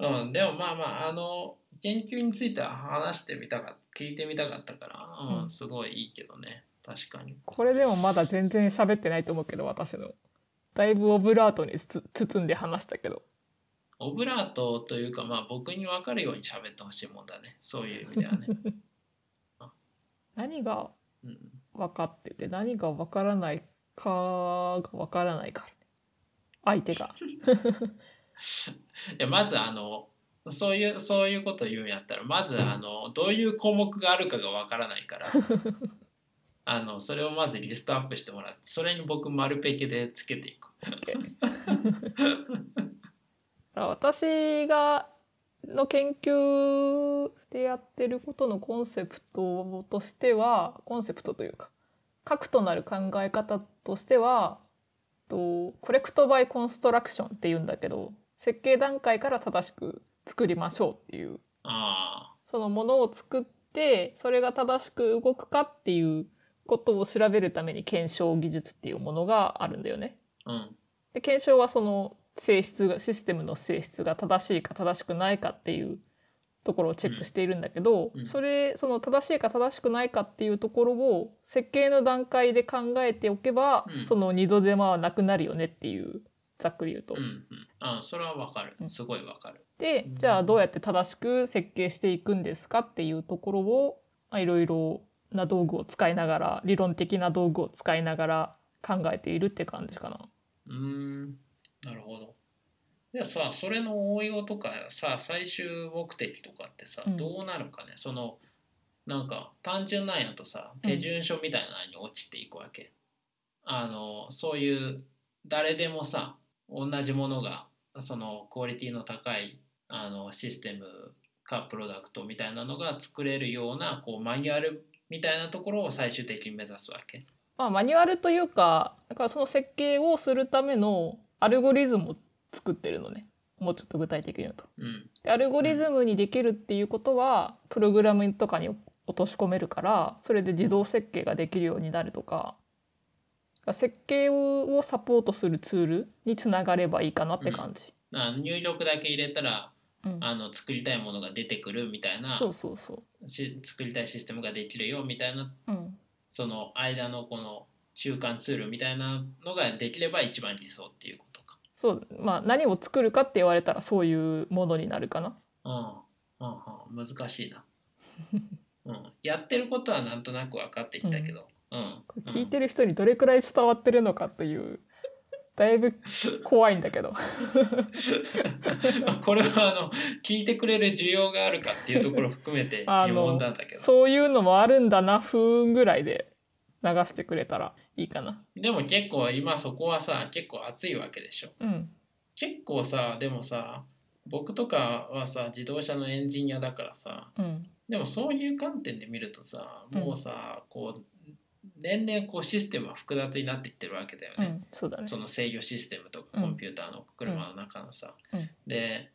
うん、でもまあまああの研究については話してみたか聞いてみたかったから、ううんん、すごいいいけどね確かにこれでもまだ全然喋ってないと思うけど私のだいぶオブラートにつ包んで話したけどオブラートというかまあ僕に分かるように喋ってほしいもんだねそういう意味では ね、何がうん、分かってて何が分からないかが分からないから相手がいやまずあのそういうそういうこと言うんやったらまずあのどういう項目があるかが分からないから あのそれをまずリストアップしてもらってそれに僕丸ペケでつけていく。私がの研究でやってることのコンセプトとしてはコンセプトというか核となる考え方としてはとコレクト・バイ・コンストラクションっていうんだけど設計段階から正しく作りましょうっていうあそのものを作ってそれが正しく動くかっていうことを調べるために検証技術っていうものがあるんだよね。ーうんで検証はその性質がシステムの性質が正しいか正しくないかっていうところをチェックしているんだけど、うんうんそれその正しいか正しくないかっていうところを設計の段階で考えておけば、うんその二度手間はなくなるよねっていうざっくり言うと。うんうんあーそれは分かるすごい分かる。でうんじゃあどうやって正しく設計していくんですかっていうところをまあいろいろな道具を使いながら理論的な道具を使いながら考えているって感じかな。うーんなるほど。じゃあさそれの応用とかさ最終目的とかってさ、うんどうなるかねそのなんか単純なんやとさうん手順書みたいなのに落ちていくわけ。あのそういう誰でもさ同じものがそのクオリティの高いあのシステムかプロダクトみたいなのが作れるようなこうマニュアルみたいなところを最終的に目指すわけ。まあ、マニュアルというかだからその設計をするためのアルゴリズムを作ってるのねもうちょっと具体的に言うと。うん、でアルゴリズムにできるっていうことはプログラムとかに落とし込めるからそれで自動設計ができるようになるとか設計をサポートするツールにつながればいいかなって感じ。あ入力だけ入れたらうんあの作りたいものが出てくるみたいなそうそうそし作りたいシステムができるよみたいなう。うん、その間のこの中間ツールみたいなのができれば一番理想っていうことか。そうまあ何を作るかって言われたらそういうものになるかな。うんうんうん、難 しいな、うん。やってることはなんとなく分かっていったけど。うんこれ聞いてる人にどれくらい伝わってるのかというだいぶ怖いんだけど。うん これはあの聞いてくれる需要があるかっていうところを含めてあの疑問なんだけどそういうのもあるんだなふーんぐらいで流してくれたらいいかな。でも結構今そこはさ結構熱いわけでしょうん。結構さでもさ僕とかはさ自動車のエンジニアだからさうん。でもそういう観点で見るとさもうさ、こう年々こうシステムは複雑になっていってるわけだようね、ん。そうだね。その制御システムとうかんコンピューターの車の中のさ、うんで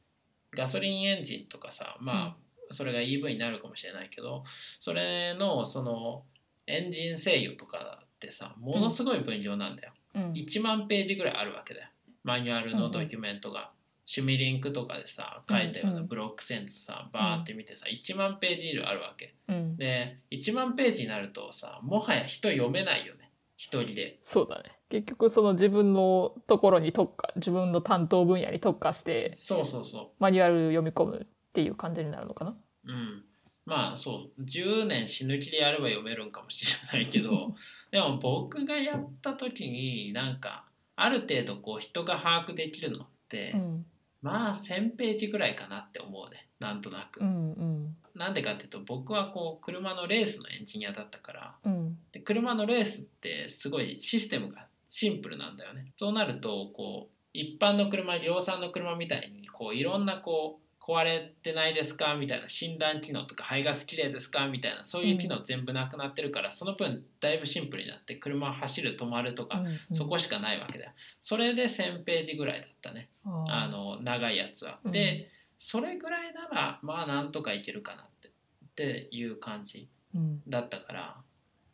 ガソリンエンジンとかさまあそれが EV になるかもしれないけどそれのそのエンジン制御とかってさものすごい分量なんだよ。うん。 1万ページぐらいあるわけだよマニュアルのドキュメントが、趣味リンクとかでさ書いたよううんうなんブロックセンスさ、バーって見てさ1万ページ以上あるわけうん。で1万ページになるとさもはや人読めないよね一人でそうだね。結局その自分のところに特化、自分の担当分野に特化してそうそうそマニュアル読み込むっていう感じになるのかな。ううんまあそう10年死ぬ気でやれば読めるんかもしれないけ どでも僕がやった時になんかある程度こう人が把握できるのって、うん。まあ1,000ページぐらいかなって思うねなんとなくう。んうん。なんでかっていうと僕はこう車のレースのエンジニアだったからうん。で車のレースってすごいシステムがシンプルなんだよねそうなるとこう一般の車量産の車みたいにこういろんなこう壊れてないですかみたいな診断機能とか排ガスきれいですかみたいなそういう機能全部なくなってるから、その分だいぶシンプルになって車走る止まるとか、うんそこしかないわけだよそれで1,000ページぐらいだったねあ、の長いやつは。うんでそれぐらいならまあなんとかいけるかなってっていう感じうん。だったから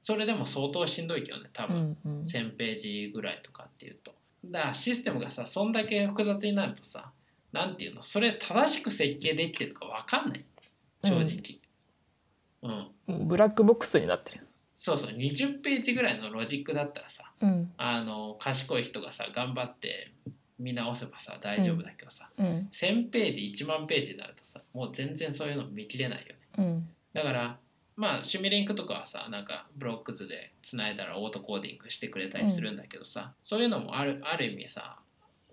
それでも相当しんどいけどね多う分、んうん。 1,000ページぐらいとかっていうと。だからシステムがさそんだけ複雑になるとさなんていうのそれ正しく設計できてるか分かんない正直、うん、もうブラックボックスになってる。そうそう20ページぐらいのロジックだったらさうんあの賢い人がさ頑張って見直せばさ大丈夫だけどさ、うん1000ページ1万ページになるとさもう全然そういうの見切れないよねうんだからまあシュミリンクとかはさなんかブロック図でつないだらオートコーディングしてくれたりするんだけどさ、そういうのもあるある意味さ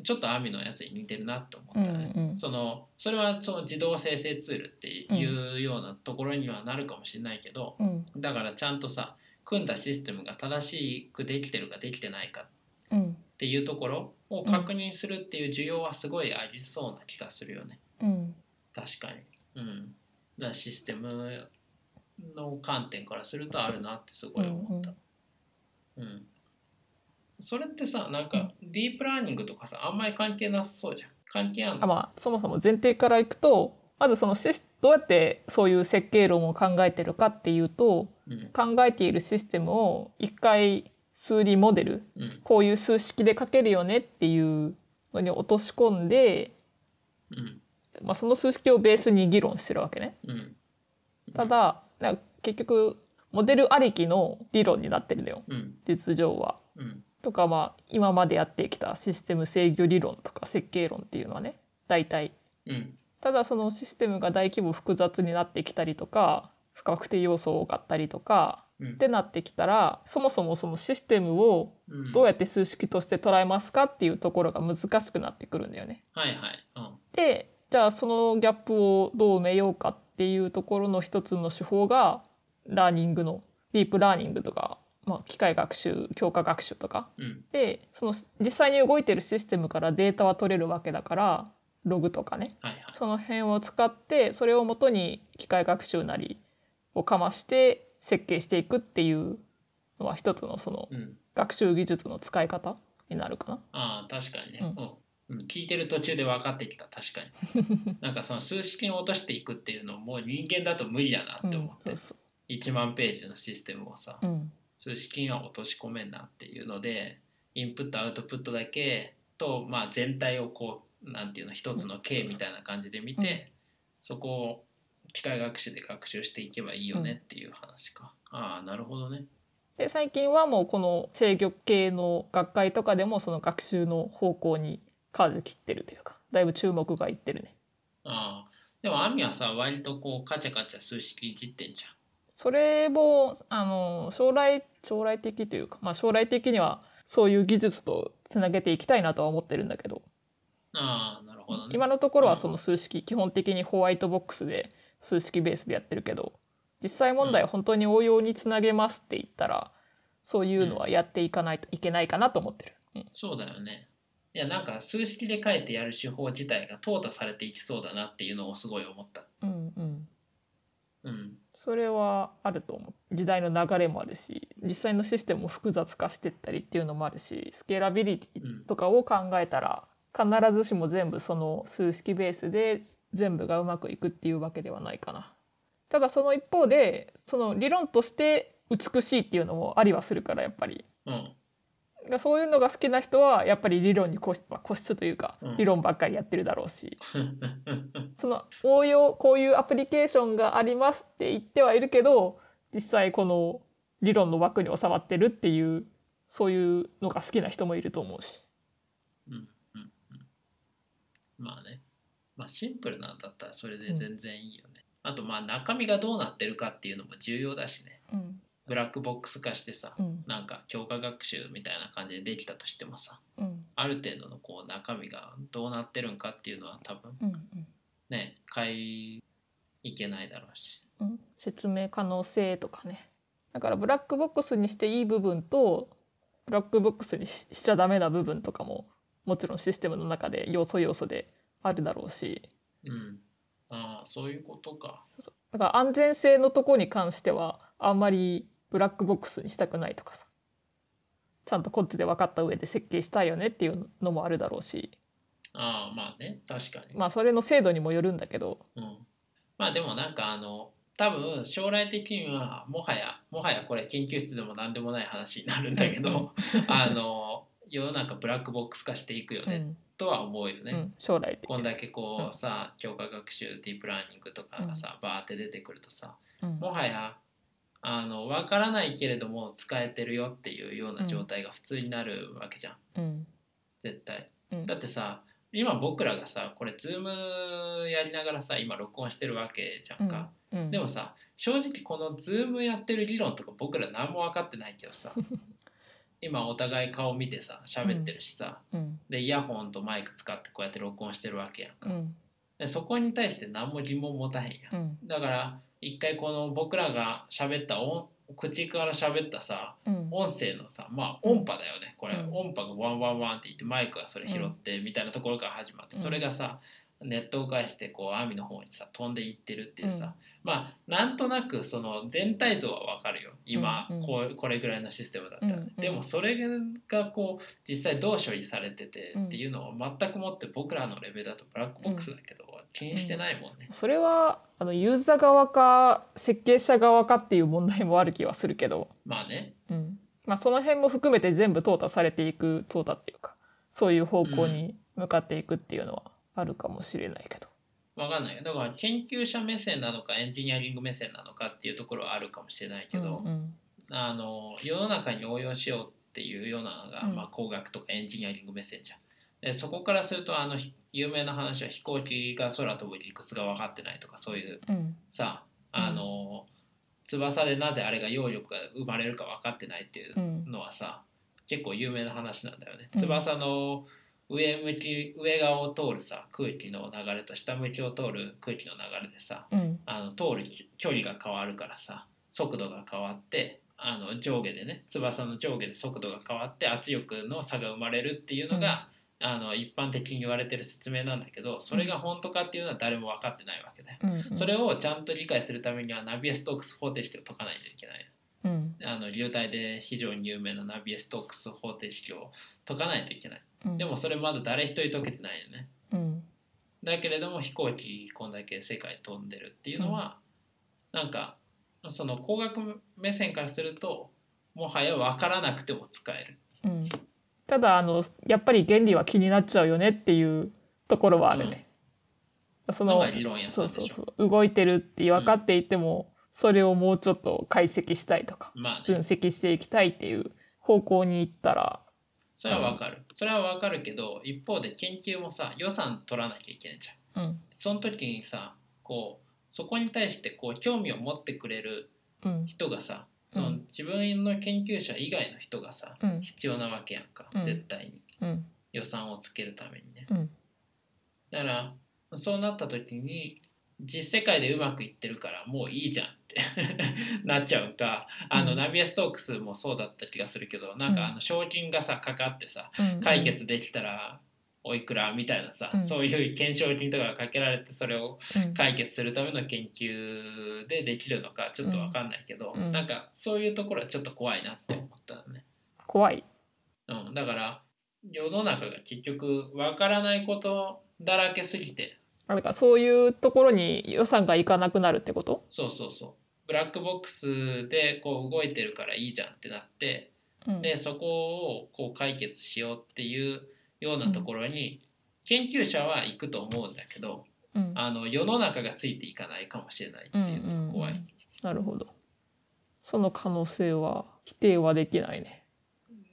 ちょっとアミのやつに似てるなって思ったね、うんうんそのそれはその自動生成ツールっていうようなところにはなるかもしれないけど、うんだからちゃんとさ組んだシステムが正しくできてるかできてないかっうんていうところを確認するっていう需要はすごいありそうな気がするよね。うん確かに、うん、だからシステムの観点からするとあるなってすごい思った、うんそれってさなんかディープラーニングとかさあんまり関係なさそうじゃん関係あんあのまあそもそも前提からいくとまずそのシスどうやってそういう設計論を考えてるかっていうとうん考えているシステムを一回数理モデルうんこういう数式で書けるよねっていうのに落とし込んで、うんまあ、その数式をベースに議論してるわけね。うんただなんか結局モデルありきの理論になってるのようん実情は。うんとかまあ今までやってきたシステム制御理論とか設計論っていうのはね大体うんただそのシステムが大規模複雑になってきたりとか不確定要素多かったりとかうんってなってきたらそもそもそのシステムをうんどうやって数式として捉えますかっていうところが難しくなってくるんだよね。はいはいうんでじゃあそのギャップをどう埋めようかっていうところの一つの手法がラーニングのディープラーニングとか、まあ、機械学習強化学習とかうんでその実際に動いてるシステムからデータは取れるわけだからログとかねはいはいその辺を使ってそれをもとに機械学習なりをかまして設計していくっていうのは一つのそのうん学習技術の使い方になるかああ確かにね、ううんんうん聞いてる途中で分かってきた確か になんかその数式に落としていくっていうのもう人間だと無理だなな。って思って、うんそう1万ページのシステムをさ、そううん数式には落とし込めんなっていうのでインプットアウトプットだけと、まあ、全体をこうなんていうの一つの形みたいな感じで見て、うんそこを機械学習で学習していけばいいよねっていう話か、ああなるほどねで最近はもうこの制御系の学会とかでもその学習の方向に舵切ってるというかだいぶ注目がいってるね。ああでもアミはさ割とこうカチャカチャ数式いじってんじそれもあの将来将来的というか、まあ、将来的にはそういう技術とつなげていきたいなとは思ってるんだけど、ゃんああなるほどね今のところはその数式基本的にホワイトボックスで数式ベースでやってるけど実際問題は本当に応用につなげますって言ったら、そういうのはやっていかないといけないかなと思ってる。うんそうだよねいやなんか数式で書いてやる手法自体が淘汰されていきそうだなっていうのをすごい思ったうんうんうんそれはあると思う時代の流れもあるし実際のシステムも複雑化してったりっていうのもあるしスケーラビリティとかを考えたら必ずしも全部その数式ベースで全部がうまくいくっていうわけではないかなただその一方でその理論として美しいっていうのもありはするからやっぱりうんだからそういうのが好きな人はやっぱり理論に固執まあ固執というかうん理論ばっかりやってるだろうし、その応用こういうアプリケーションがありますって言ってはいるけど実際この理論の枠に収まってるっていうそういうのが好きな人もいると思うしうんうんうんまあね、まあ、シンプルなんだったらそれで全然いいよね。あとまあ中身がどうなってるかっていうのも重要だしね。うんブラックボックス化してさ、うんなんか強化学習みたいな感じでできたとしてもさ、うんある程度のこう中身がどうなってるんかっていうのは多分うんね、変えいけないだろうし。うん説明可能性とかねだからブラックボックスにしていい部分とブラックボックスにししちゃダメな部分とかももちろんシステムの中で要素要素であるだろうしうん。ああ、そういうことか。だから安全性のとこに関してはあんまりブラックボックスにしたくないとかさちゃんとこっちで分かった上で設計したいよねっていうのもあるだろうしああ、まあね、確かに。まあそれの精度にもよるんだけどうん、まあでもなんかあの多分将来的にはもはやもはやこれ研究室でも何でもない話になるんだけどあの世の中ブラックボックス化していくようね、んとは思うよね。うん、将来的こんに、だけこううんさ強化学習ディープラーニングとかがさバーって出てくるとさうんもはやあの分からないけれども使えてるよっていうような状態が普通になるわけじゃんうん絶対。うんだってさ今僕らがさこれ Zoom やりながらさ今録音してるわけじゃんか。うんうんでもさ正直この Zoom やってる理論とか僕ら何も分かってないけど さ今お互い顔見てさ喋ってるしさ、うんでイヤホンとマイク使ってこうやって録音してるわけやんかう、んでそこに対して何も疑問持たへんや、うんんだから一回この僕らが喋った音口から喋ったさうん音声のさまあ音波だよねこれ、うん音波がワンワンワンって言ってマイクがそれ拾ってみたいなところから始まって、うんそれがさネットを介してこう網の方にさ飛んでいってるっていうさ、まあなんとなくその全体像はわかるよ今、うんうんこうこれぐらいのシステムだったらね、うんうんでもそれがこう実際どう処理されててっていうのを全くもって僕らのレベルだとブラックボックスだけど、気にしてないもんね。それはあのユーザー側か設計者側かっていう問題もある気はするけど、まあねうんまあ、その辺も含めて全部淘汰されていく淘汰っていうかそういう方向に向かっていくっていうのはあるかもしれないけど。わかんないよだから研究者目線なのかエンジニアリング目線なのかっていうところはあるかもしれないけど、うんあの世の中に応用しようっていうようなのが、うんまあ、工学とかエンジニアリング目線じゃん。でそこからするとあのひ有名な話は飛行機が空飛ぶ理屈が分かってないとかそういううんさあの、翼でなぜあれが揚力が生まれるか分かってないっていううんうんのはさ結構有名な話なんだよね。うん翼の上向き上側を通るさ空気の流れと下向きを通る空気の流れでさうんあの通るき距離が変わるからさ速度が変わってあの上下でね翼の上下で速度が変わって圧力の差が生まれるっていうのが、あの一般的に言われてる説明なんだけどそれが本当かっていうのは誰も分かってないわけだよ。うんそれをちゃんと理解するためにはナビエストークス方程式を解かないといけない。うんあの流体で非常に有名なナビエストークス方程式を解かないといけない。うんでもそれまだ誰一人解けてないよね。うんだけれども飛行機こんだけ世界飛んでるっていうのは、なんかその工学目線からするともはや分からなくても使える。うんただあのやっぱり原理は気になっちゃうよねっていうところはあるね。そののが理論やそうそうでそうしょ。そう動いてるって分かっていても、それをもうちょっと解析したいとかまあ分ね析していきたいっていう方向に行ったら、それは分かる。それは分かるけど一方で研究もさ予算取らなきゃいけないじゃん。うんその時にさこうそこに対してこう興味を持ってくれるうん人がさそのうん自分の研究者以外の人がさ、うん必要なわけやんか、うん絶対にうん予算をつけるためにねうんだからそうなった時に実世界でうまくいってるからもういいじゃんって なっちゃうかあの、うんナビエストークスもそうだった気がするけどなんかうんあの賞金がさかかってさうん解決できたらおいくらみたいなさ、うんそういう懸賞金とかがかけられてそれをうん解決するための研究でできるのかちょっと分かんないけど、うんなんかそういうところはちょっと怖いなって思ったのね、怖いうん、だから世の中が結局分からないことだらけすぎてあだからそういうところに予算がいかなくなるってこと、そうそうそうブラックボックスでこう動いてるからいいじゃんってなってうんでそこをこう解決しようっていうようなところに研究者は行くと思うんだけどうんあの世の中がついていかないかもしれないっていうのが怖い。うんうんうんなるほどその可能性は否定はできないね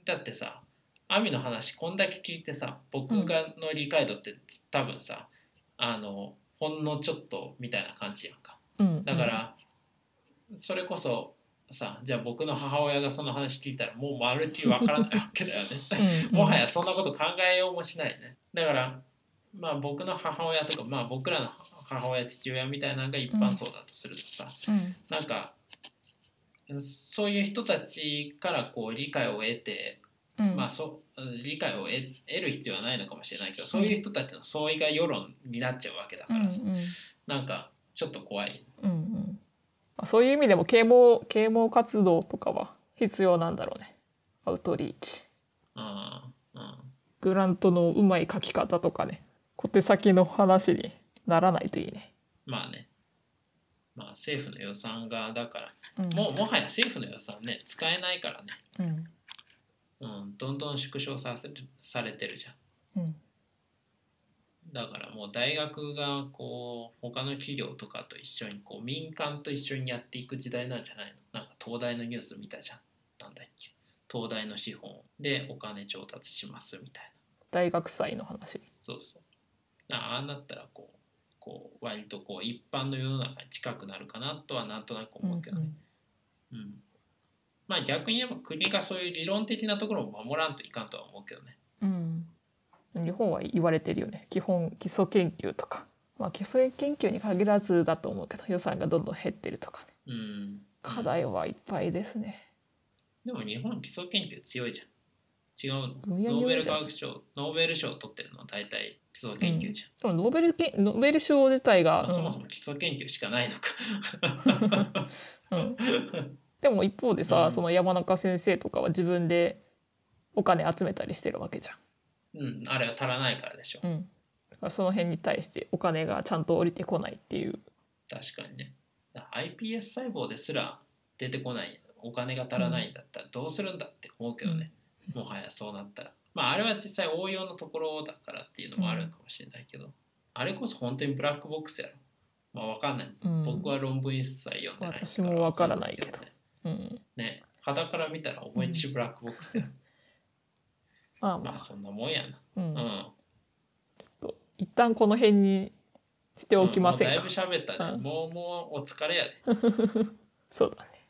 だってさ亜美の話こんだけ聞いてさ僕がの理解度って多分さ、あのほんのちょっとみたいな感じやんかうんだから、それこそさじゃあ僕の母親がその話聞いたらもうまるっきりわからないわけだよね もはやそんなこと考えようもしないねだからまあ僕の母親とかまあ僕らの母親父親みたいなのが一般層だとするとさ、うんなんかそういう人たちからこう理解を得てうんまあそううん理解を得得る必要はないのかもしれないけどそういう人たちの相違が世論になっちゃうわけだからさ、うんうんなんかちょっと怖いうんうんまあ、そういう意味でも啓蒙啓蒙活動とかは必要なんだろうねアウトリーチうんうんグラントのうまい書き方とかね小手先の話にならないといいね、まあねまあ政府の予算がだからうんもうもはや政府の予算ね使えないからね、うんうん、どどんどん縮小させるされてるじゃん。うんだからもう大学がこう他の企業とかと一緒にこう民間と一緒にやっていく時代なんじゃないのなんか東大のニュース見たじゃんなんだっけ東大の資本でお金調達しますみたい大学祭の話なそうそうあああなったらこうこう割とこう一般の世の中に近くなるかなとはなんとなく思うけどね、うんまあ逆に言えば国がそういう理論的なところを守らんといかんとは思うけどねうんうん日本は言われてるよね基本基礎研究とか、まあ、基礎研究に限らずだと思うけど予算がどんどん減ってるとかねうん課題はいっぱいですね、でも日本基礎研究強いじゃん。違うの。いやノーベルいや化学賞、ノーベル賞を取ってるのは大体基礎研究じゃん。でもノーベルけノーベル賞自体が、まあ、そもそも基礎研究しかないのか。うんうんでも一方でさ、うんその山中先生とかは自分でお金集めたりしてるわけじゃんうん、あれは足らないからでしょ。うん、だからその辺に対してお金がちゃんと降りてこないっていう、確かにね。だから iPS 細胞ですら出てこない、お金が足らないんだったらどうするんだって思うけどね。もはやそうなったら。まああれは実際応用のところだからっていうのもあるかもしれないけど、あれこそ本当にブラックボックスやろ。まあわかんない。うん、僕は論文一切読んでない私もわからないけどわかんねうん、ね肌から見たら思いっきりブラックボックスや、まあままあそんなもんやなあ、うんうん、と一旦この辺にしておきませんもうだいか、ぶ喋ったね、うんもうもうお疲れやで、 そうだね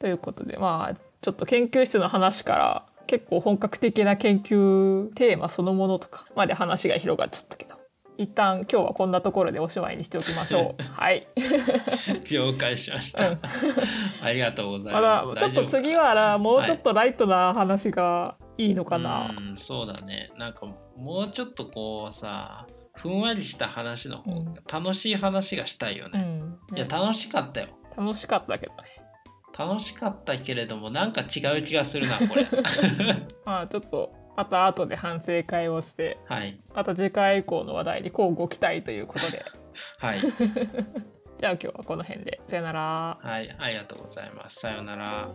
ということでまあちょっと研究室の話から結構本格的な研究テーマそのものとかまで話が広がっちゃったけど一旦今日はこんなところでおしまいにしておきま しょうはい 了解しました、うん ありがとうございままだす、ちょっと次はなもうちょっとライトな話がいいのかな、うんそうだねなんかもうちょっとこうさふんわりした話の方が楽しい話がしたいようね、んいや楽しかったよ楽しかったけどね楽しかったけれどもなんか違う気がするなこ れまあちょっとまた後で反省会をしてはいまた次回以降の話題に乞うご期待というこ とではいじゃあ今日はこの辺でさよなら。はいありがとうございますさようなら